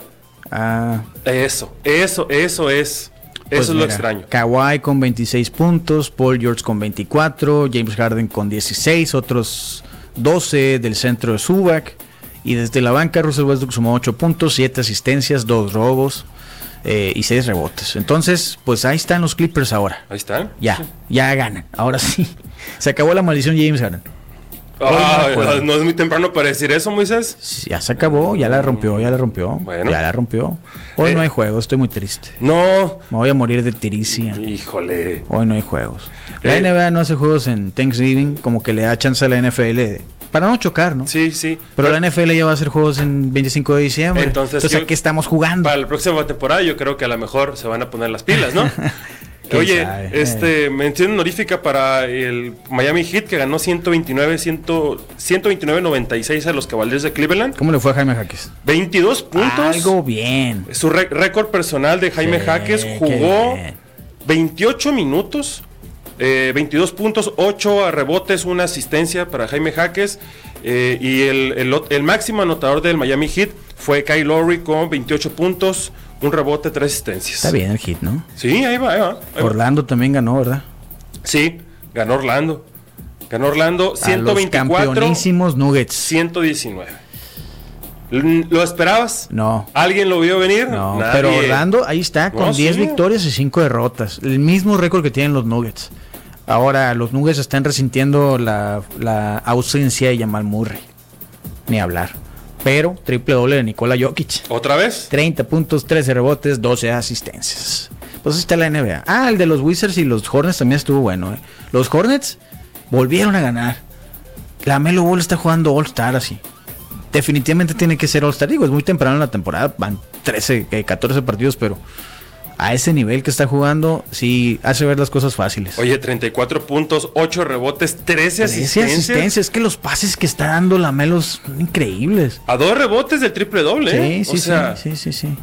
S1: Ah,
S2: eso, eso, eso es.
S1: pues
S2: eso es lo
S1: mira,
S2: extraño.
S1: Kawhi con 26 puntos, Paul George con 24, James Harden con 16, otros 12 del centro de Subac. Y desde la banca, Russell Westbrook sumó 8 puntos, 7 asistencias, 2 robos eh, y 6 rebotes. Entonces, pues ahí están los Clippers ahora.
S2: Ahí están.
S1: Ya, ya ganan. Ahora sí. Se acabó la maldición James Harden.
S2: Ah,
S1: Hoy no juegan.
S2: no es muy temprano para decir eso, Moisés.
S1: Ya se acabó, ya la rompió, ya la rompió.
S2: Bueno.
S1: Ya la rompió. Hoy
S2: Eh.
S1: no hay juegos, estoy muy triste.
S2: No.
S1: Me voy a morir de tiricia.
S2: Híjole.
S1: Hoy no hay juegos. La
S2: Eh.
S1: NBA no hace juegos en Thanksgiving, como que le da chance a la NFL de- para no chocar, ¿no?
S2: Sí, sí.
S1: Pero la NFL ya va a hacer juegos en 25 de diciembre.
S2: Entonces,
S1: Entonces,
S2: yo-
S1: ¿a qué estamos jugando?
S2: Para la próxima temporada yo creo que a lo mejor se van a poner las pilas, ¿no?
S1: ¿Quién
S2: Oye,
S1: sabe?
S2: este, mención honorífica para el Miami Heat que ganó 129 100 129-96 a los Cavaliers de Cleveland.
S1: ¿Cómo le fue a Jaime Jaques?
S2: 22 puntos.
S1: Algo bien.
S2: Su ré- récord personal de Jaime
S1: Sí,
S2: Jaques
S1: qué
S2: jugó
S1: bien.
S2: 28 minutos, eh, 22 puntos, 8 rebotes, una asistencia para Jaime Jaques. eh, y el, el ot- el máximo anotador del Miami Heat fue Kyle Lowry con 28 puntos, un rebote, 3 asistencias.
S1: Está bien el hit, ¿no?
S2: Sí, ahí va, ahí va. ahí va.
S1: Orlando también ganó, ¿verdad?
S2: Sí, ganó Orlando. Ganó Orlando
S1: A los
S2: 124,
S1: campeonísimos Nuggets.
S2: 119. L- ¿Lo esperabas?
S1: No.
S2: ¿Alguien lo vio venir?
S1: No,
S2: Nadie.
S1: pero Orlando ahí está, con
S2: No,
S1: 10
S2: sí.
S1: victorias y 5 derrotas. El mismo récord que tienen los Nuggets. Ahora, los Nuggets están resintiendo la, la ausencia de Jamal Murray. Ni hablar. Pero triple doble de Nikola Jokic.
S2: ¿Otra vez?
S1: 30 puntos, 13 rebotes, 12 asistencias. Pues así está la NBA. Ah, el de los Wizards y los Hornets también estuvo bueno. ¿eh? Los Hornets volvieron a ganar. La Melo Ball está jugando All-Star así. Definitivamente tiene que ser All-Star. Digo, es muy temprano en la temporada. Van 13, eh, 14 partidos, pero a ese nivel que está jugando, sí hace ver las cosas fáciles.
S2: Oye, 34 puntos, 8 rebotes, 13
S1: Trece
S2: asistencias.
S1: asistencias. Es que los pases que está dando la Melo son increíbles.
S2: A dos rebotes del triple doble, ¿eh?
S1: Sí, sí,
S2: o sea,
S1: sí, sí, sí, sí.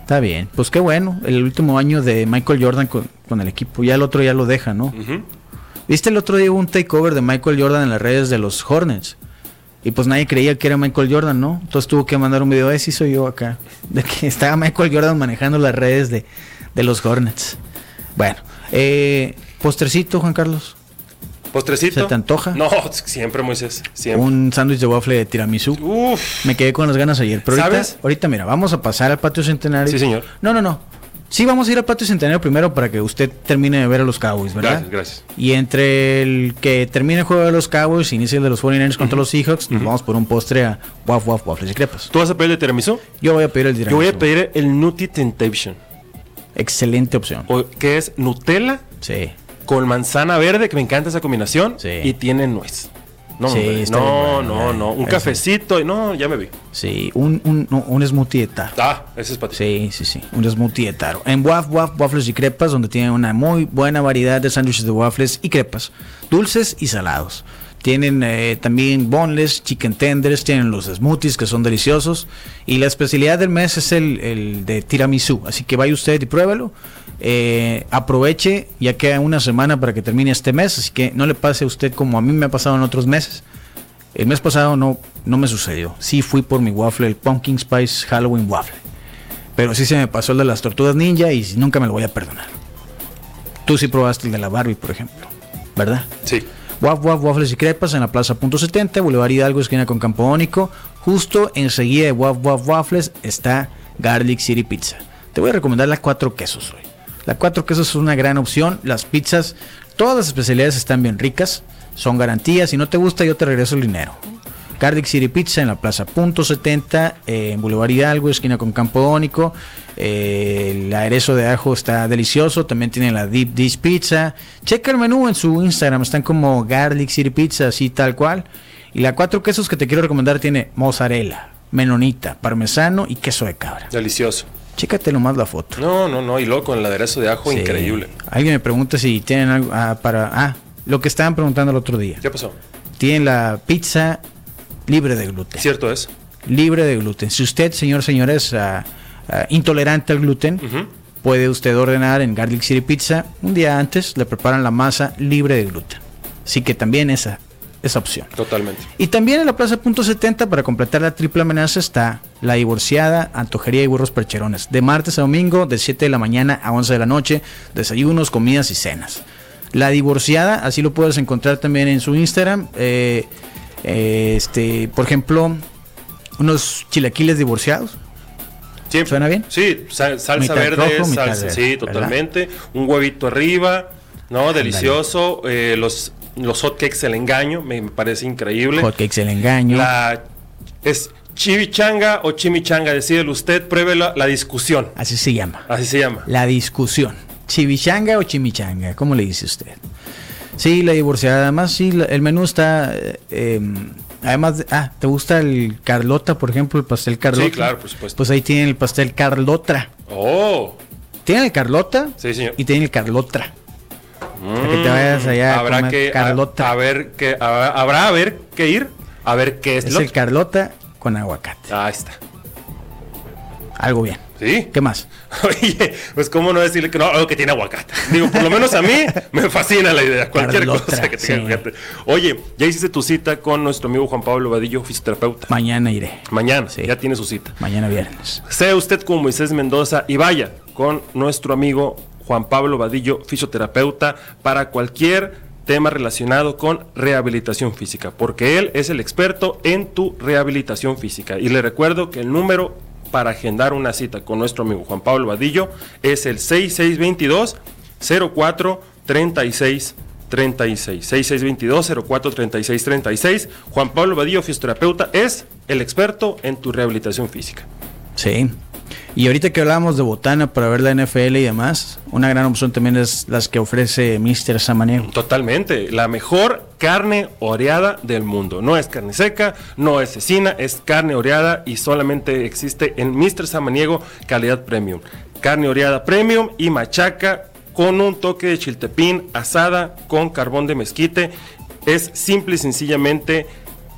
S1: Está bien. Pues qué bueno. El último año de Michael Jordan con, con el equipo. Ya el otro ya lo deja, ¿no?
S2: ujú.
S1: ¿Viste el otro día hubo un takeover de Michael Jordan en las redes de los Hornets? Y pues nadie creía que era Michael Jordan, ¿no? Entonces tuvo que mandar un video, eh, sí soy yo acá. De que estaba Michael Jordan manejando las redes de, de los Hornets. Bueno, eh, postrecito, Juan Carlos.
S2: Postrecito.
S1: ¿Se te antoja?
S2: No, siempre, Moisés. Siempre.
S1: Un sándwich de waffle de tiramisú.
S2: Uf.
S1: Me quedé con las ganas ayer, pero ahorita,
S2: ¿Sabes?
S1: ahorita, mira, vamos a pasar al patio centenario.
S2: Sí, señor.
S1: No, no, no. Sí, vamos a ir al patio centenario primero para que usted termine de ver a los Cowboys, ¿verdad?
S2: Gracias, gracias.
S1: Y entre el que termine el juego de los Cowboys y inicie el de los 49ers contra los Seahawks, nos vamos por un postre a Waf Waf Waffles y Crepas.
S2: ¿Tú vas a pedir el tiramisú?
S1: Yo voy a pedir el
S2: Yo
S1: tiramisú.
S2: voy a pedir el Nutty Temptation,
S1: Excelente opción.
S2: o- que es Nutella
S1: Sí.
S2: con manzana verde, que me encanta esa combinación,
S1: Sí.
S2: y tiene nuez. No,
S1: Sí,
S2: hombre,
S1: está
S2: no,
S1: bien bueno,
S2: no,
S1: eh.
S2: no. Un
S1: Eso.
S2: cafecito, y no, ya me vi.
S1: Sí, un, un, no, un smoothie de taro.
S2: Ah, ese es para ti.
S1: Sí, sí, sí, un smoothie de taro. En Waf Waf Waffles y Crepas, donde tienen una muy buena variedad de sándwiches de waffles y crepas, dulces y salados. Tienen eh, también boneless, chicken tenders, tienen los smoothies que son deliciosos. Y la especialidad del mes es el, el de tiramisú. Así que vaya usted y pruébelo. Eh, aproveche, ya queda una semana para que termine este mes. Así que no le pase a usted como a mí me ha pasado en otros meses. El mes pasado no, no me sucedió. Sí fui por mi waffle, el Pumpkin Spice Halloween Waffle. Pero sí se me pasó el de las tortugas ninja y nunca me lo voy a perdonar. Tú sí probaste el de la Barbie, por ejemplo, ¿verdad?
S2: Sí.
S1: Waf Waf Waffles y Crepas en la Plaza Punto 70, Boulevard Hidalgo, esquina con Campo Ónico. Justo enseguida de Waf Waf Waffles está Garlic City Pizza. Te voy a recomendar la cuatro quesos hoy. La cuatro quesos es una gran opción. Las pizzas, todas las especialidades están bien ricas, son garantías. Si no te gusta, yo te regreso el dinero. Garlic City Pizza en la Plaza Punto 70, eh, en Boulevard Hidalgo, esquina con Campo Dónico. Eh, el aderezo de ajo está delicioso. También tienen la Deep Dish Pizza. Checa el menú en su Instagram. Están como Garlic City Pizza, así tal cual. Y la cuatro quesos que te quiero recomendar tiene mozzarella, menonita, parmesano y queso de cabra.
S2: Delicioso.
S1: Chécate nomás la foto.
S2: No, no, no. Y luego con el aderezo de ajo,
S1: Sí.
S2: increíble.
S1: Alguien me pregunta si tienen algo ah, para... Ah, lo que estaban preguntando el otro día.
S2: ¿Qué pasó?
S1: Tienen la pizza libre de gluten.
S2: ¿Cierto es?
S1: libre de gluten. Si usted, señor, señores, ah, ah, intolerante al gluten,
S2: Ujú.
S1: puede usted ordenar en Garlic City Pizza. Un día antes le preparan la masa libre de gluten. Así que también esa, esa opción.
S2: Totalmente.
S1: Y también en la Plaza Punto 70, para completar la triple amenaza, está la divorciada Antojería y Burros Percherones. De martes a domingo, de 7 de la mañana a 11 de la noche, desayunos, comidas y cenas. La divorciada, así lo puedes encontrar también en su Instagram. eh, eh, este, por ejemplo, unos chilaquiles divorciados.
S2: Siempre.
S1: ¿Suena bien?
S2: Sí, sal- salsa
S1: Mitad
S2: verde,
S1: rojo, mitad
S2: salsa,
S1: verde,
S2: sí,
S1: ¿verdad?
S2: totalmente. Un huevito arriba, ¿no? Delicioso. Eh, los, los hotcakes el engaño, me, me parece increíble.
S1: Hotcakes el engaño.
S2: La es chimichanga o chimichanga, decídelo usted, pruébela la discusión.
S1: Así se llama.
S2: Así se llama.
S1: La discusión. Chivichanga o chimichanga, ¿cómo le dice usted? Sí, la divorciada. Además, sí, la- el menú está eh, em, Además, de- ah, ¿te gusta el Carlota, por ejemplo, el pastel Carlota?
S2: claro, por supuesto.
S1: Pues ahí tienen el pastel Carlotra.
S2: Oh,
S1: Tienen el Carlota
S2: Sí, señor. Mm,
S1: y tienen el Carlotra. Para que te vayas allá a
S2: habrá
S1: comer
S2: que a-
S1: Carlota.
S2: A, ver que habrá, habrá a ver que ir a ver qué es,
S1: es
S2: lo
S1: el Carlota con aguacate.
S2: Ahí está.
S1: Algo bien.
S2: Sí.
S1: ¿Qué más?
S2: Oye, pues cómo no decirle que no, algo que tiene aguacate. Digo, por lo menos a mí me fascina la idea, cualquier
S1: Carlota,
S2: cosa que tenga
S1: sí.
S2: aguacate. Oye, ya hiciste tu cita con nuestro amigo Juan Pablo Vadillo, fisioterapeuta.
S1: Mañana iré.
S2: Mañana,
S1: Sí.
S2: ya tiene su cita.
S1: Mañana viernes.
S2: Sea usted como Moisés Mendoza y vaya con nuestro amigo Juan Pablo Vadillo, fisioterapeuta, para cualquier tema relacionado con rehabilitación física, porque él es el experto en tu rehabilitación física. Y le recuerdo que el número para agendar una cita con nuestro amigo Juan Pablo Vadillo es el 6622 04 36 36 6622 04 36 36. Juan Pablo Vadillo, fisioterapeuta, es el experto en tu rehabilitación física.
S1: Sí. Y ahorita que hablábamos de botana para ver la NFL y demás, una gran opción también es las que ofrece Mr. Samaniego.
S2: Totalmente, la mejor carne oreada del mundo. No es carne seca, no es cecina, es carne oreada y solamente existe en Mr. Samaniego calidad premium. Carne oreada premium y machaca con un toque de chiltepín asada con carbón de mezquite. Es simple y sencillamente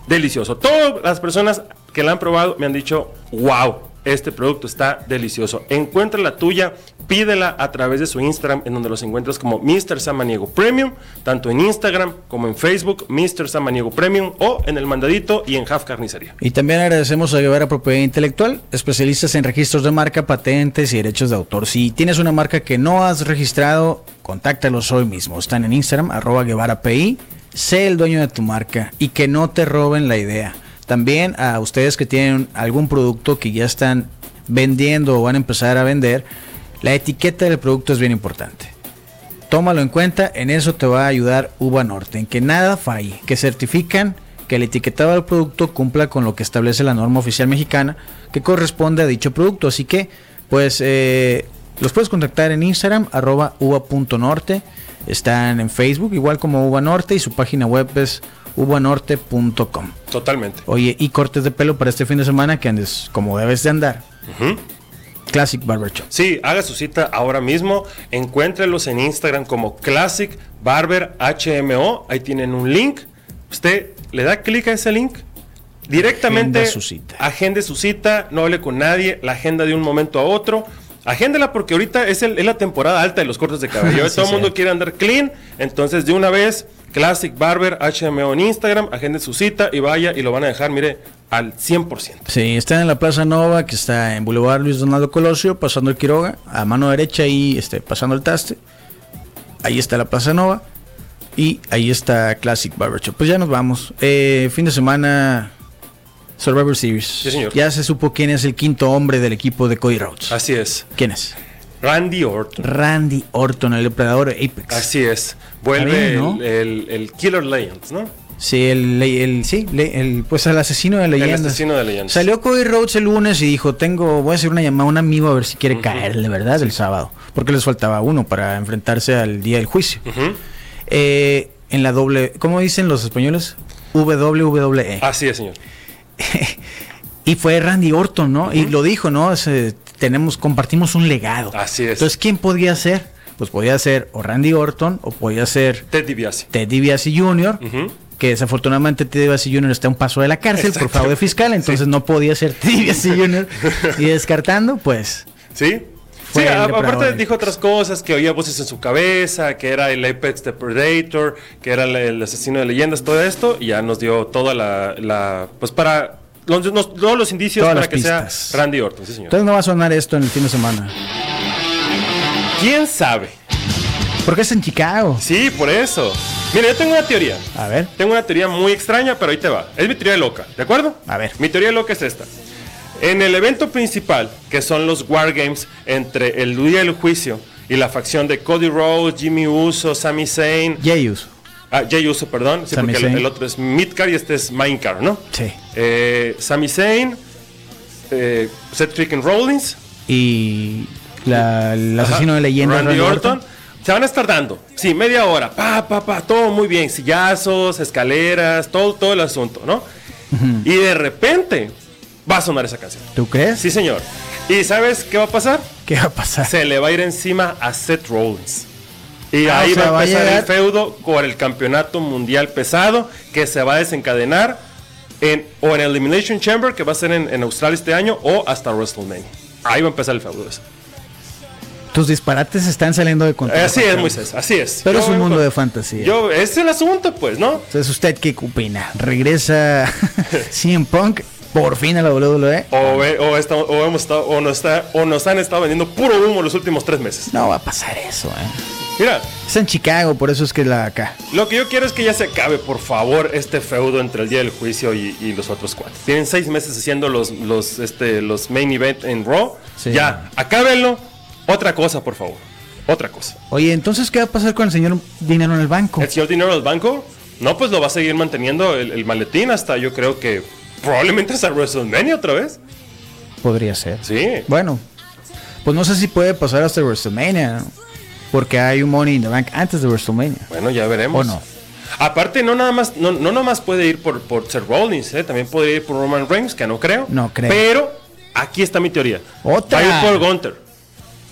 S2: delicioso. Todas las personas que la han probado me han dicho, wow, este producto está delicioso. Encuentra la tuya, pídela a través de su Instagram, en donde los encuentras como Mr. Samaniego Premium, tanto en Instagram como en Facebook, Mr. Samaniego Premium, o en el mandadito y en Half Carnicería.
S1: Y también agradecemos a Guevara Propiedad Intelectual, especialistas en registros de marca, patentes y derechos de autor. Si tienes una marca que no has registrado, contáctalos hoy mismo. Están en Instagram, arroba Guevara PI. Sé el dueño de tu marca y que no te roben la idea. También a ustedes que tienen algún producto que ya están vendiendo o van a empezar a vender, la etiqueta del producto es bien importante. Tómalo en cuenta, en eso te va a ayudar Uva Norte, en que nada falle, que certifican que el etiquetado del producto cumpla con lo que establece la norma oficial mexicana que corresponde a dicho producto. Así que, pues, eh, los puedes contactar en Instagram, arroba uva.norte, están en Facebook, igual como Uva Norte, y su página web es uvanorte.com.
S2: Totalmente.
S1: Oye, y cortes de pelo para este fin de semana que andes como debes de andar.
S2: Ujú.
S1: Classic Barber Shop.
S2: Sí, haga su cita ahora mismo. Encuéntrelos en Instagram como Classic Barber HMO. Ahí tienen un link. Usted le da clic a ese link. Directamente
S1: Agenda su cita.
S2: agende su cita, no hable con nadie, la agenda de un momento a otro. Agéndela porque ahorita es, el- es la temporada alta de los cortes de cabello.
S1: Sí,
S2: Todo el
S1: sí.
S2: mundo quiere andar clean. Entonces, de una vez, Classic Barber HMO en Instagram, agende su cita y vaya y lo van a dejar, mire, al 100%.
S1: Sí, está en la Plaza Nova, que está en Boulevard Luis Donaldo Colosio, pasando el Quiroga, a mano derecha y este, pasando el Taste. Ahí está la Plaza Nova y ahí está Classic Barbershop. Pues ya nos vamos. Eh, fin de semana Survivor Series.
S2: señor.
S1: Ya se supo quién es el quinto hombre del equipo de Cody Rhodes.
S2: Así es.
S1: ¿Quién es?
S2: Randy Orton.
S1: Randy Orton, el depredador de Apex.
S2: Así es. Vuelve
S1: Está bien, ¿no?
S2: el, el- el Killer Lions, ¿no?
S1: Sí, el, el- sí, le- el, pues el asesino de leyendas.
S2: asesino de leyendas.
S1: Salió Cody Rhodes el lunes y dijo, tengo, voy a hacer una llamada a un amigo a ver si quiere caerle, ¿verdad? El sábado. Porque les faltaba uno para enfrentarse al día del juicio. Eh, en la doble, ¿cómo dicen los españoles? WWE.
S2: Así es, señor.
S1: Y fue Randy Orton, ¿no? Y lo dijo, ¿no? Ese, tenemos, compartimos un legado.
S2: Así es.
S1: Entonces, ¿quién podía ser? Pues podía ser o Randy Orton o podía ser
S2: Ted DiBiase.
S1: Ted DiBiase Jr., que desafortunadamente Ted DiBiase Jr. está a un paso de la cárcel por fraude fiscal, entonces no podía ser Ted DiBiase Jr. y descartando, pues,
S2: ¿Sí?
S1: Fue
S2: sí,
S1: el
S2: a-
S1: depredador
S2: aparte
S1: del
S2: dijo otras cosas, que oía voces en su cabeza, que era el Apex Predator, que era el, el asesino de leyendas, todo esto, y ya nos dio toda la... la- pues para... los- nos- todos los indicios
S1: Todas
S2: para
S1: las
S2: que
S1: pistas.
S2: sea Randy Orton, sí, señor.
S1: entonces no va a sonar esto en el fin de semana.
S2: ¿Quién sabe?
S1: Porque es en Chicago.
S2: Sí, por eso. Mira, yo tengo una teoría.
S1: A ver.
S2: Tengo una teoría muy extraña, pero ahí te va. Es mi teoría loca, ¿de acuerdo?
S1: A ver.
S2: Mi teoría loca es esta. En el evento principal, que son los Wargames entre el día del juicio y la facción de Cody Rhodes, Jimmy Uso, Sami Zayn,
S1: Jeyus.
S2: ah, Jay Uso, perdón, sí,
S1: Sami
S2: porque el,
S1: Zayn.
S2: el otro es Midcar y este es Mindcar, ¿no?
S1: Sí.
S2: Eh, Sami Zayn, eh, Seth Freakin' Rollins,
S1: Y la- el asesino de leyenda
S2: Randy, Orton. Se van a estar dando. Sí, media hora. Pa, pa, pa. Todo muy bien. Sillazos, escaleras, todo, todo el asunto, ¿no? Y de repente va a sonar esa canción.
S1: ¿Tú crees?
S2: Sí, señor. ¿Y sabes qué va a pasar?
S1: ¿Qué va a pasar?
S2: Se le va a ir encima a Seth Rollins. Y
S1: Ah,
S2: ahí
S1: o sea,
S2: va
S1: va
S2: a
S1: a
S2: empezar
S1: llegar-
S2: el feudo con el campeonato mundial pesado que se va a desencadenar en, o en Elimination Chamber, que va a ser en, en Australia este año, o hasta WrestleMania. Ahí va a empezar el feudo. ese.
S1: Tus disparates están saliendo de control.
S2: Así es, Moisés, así es.
S1: Pero
S2: Yo
S1: es un
S2: vengo
S1: mundo
S2: con-
S1: de fantasía.
S2: Yo, ese es el asunto, pues, ¿no?
S1: Entonces, ¿usted qué opina? ¿Regresa CM Punk por fin a la E? WWE?
S2: O, ve- o, esta- o hemos estado- o, nos está- o nos han estado vendiendo puro humo los últimos tres meses.
S1: No va a pasar eso, ¿eh?
S2: Mira,
S1: Es en Chicago, por eso es que la acá.
S2: Lo que yo quiero es que ya se acabe, por favor, este feudo entre el día del juicio y, y los otros cuatro. Tienen seis meses haciendo los, los, este, los main event en Raw.
S1: Sí.
S2: Ya, acábenlo. Otra cosa, por favor. Otra cosa.
S1: Oye, entonces, ¿qué va a pasar con el señor Dinero en el banco?
S2: El señor dinero del banco, no, pues lo va a seguir manteniendo el, el maletín hasta yo creo que probablemente hasta WrestleMania otra vez.
S1: Podría ser.
S2: Sí.
S1: Bueno, pues no sé si puede pasar hasta WrestleMania, ¿no? porque hay un Money in the Bank antes de WrestleMania.
S2: Bueno, ya veremos.
S1: ¿O no?
S2: Aparte, no nada más, no, no nada más puede ir por, por Seth Rollins, ¿eh? también puede ir por Roman Reigns, que no creo.
S1: No creo.
S2: Pero aquí está mi teoría.
S1: Otra.
S2: Va a ir por Gunter.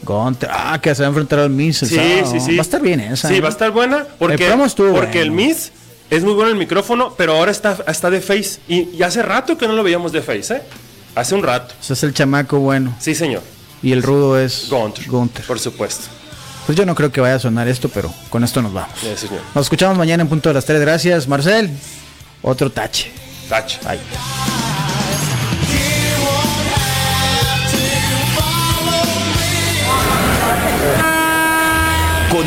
S1: Gunter, ah, que se va a enfrentar al Miz. el
S2: Sí,
S1: sábado.
S2: sí, sí.
S1: Va a estar bien esa. ¿eh?
S2: Sí,
S1: ¿no?
S2: va a estar buena. Porque,
S1: promo estuvo
S2: porque el
S1: bueno.
S2: Miss es muy bueno en el micrófono, pero ahora está, está de face. Y, y hace rato que no lo veíamos de face, ¿eh? Hace un rato.
S1: O sea, es el chamaco bueno.
S2: Sí, señor.
S1: Y el rudo es
S2: Gunter.
S1: Gunter.
S2: Por supuesto.
S1: Pues yo no creo que vaya a sonar esto, pero con esto nos vamos.
S2: Sí, señor.
S1: Nos escuchamos mañana en punto de las 3. Gracias, Marcel. Otro tache.
S2: Tacha.
S1: Bye.
S5: Con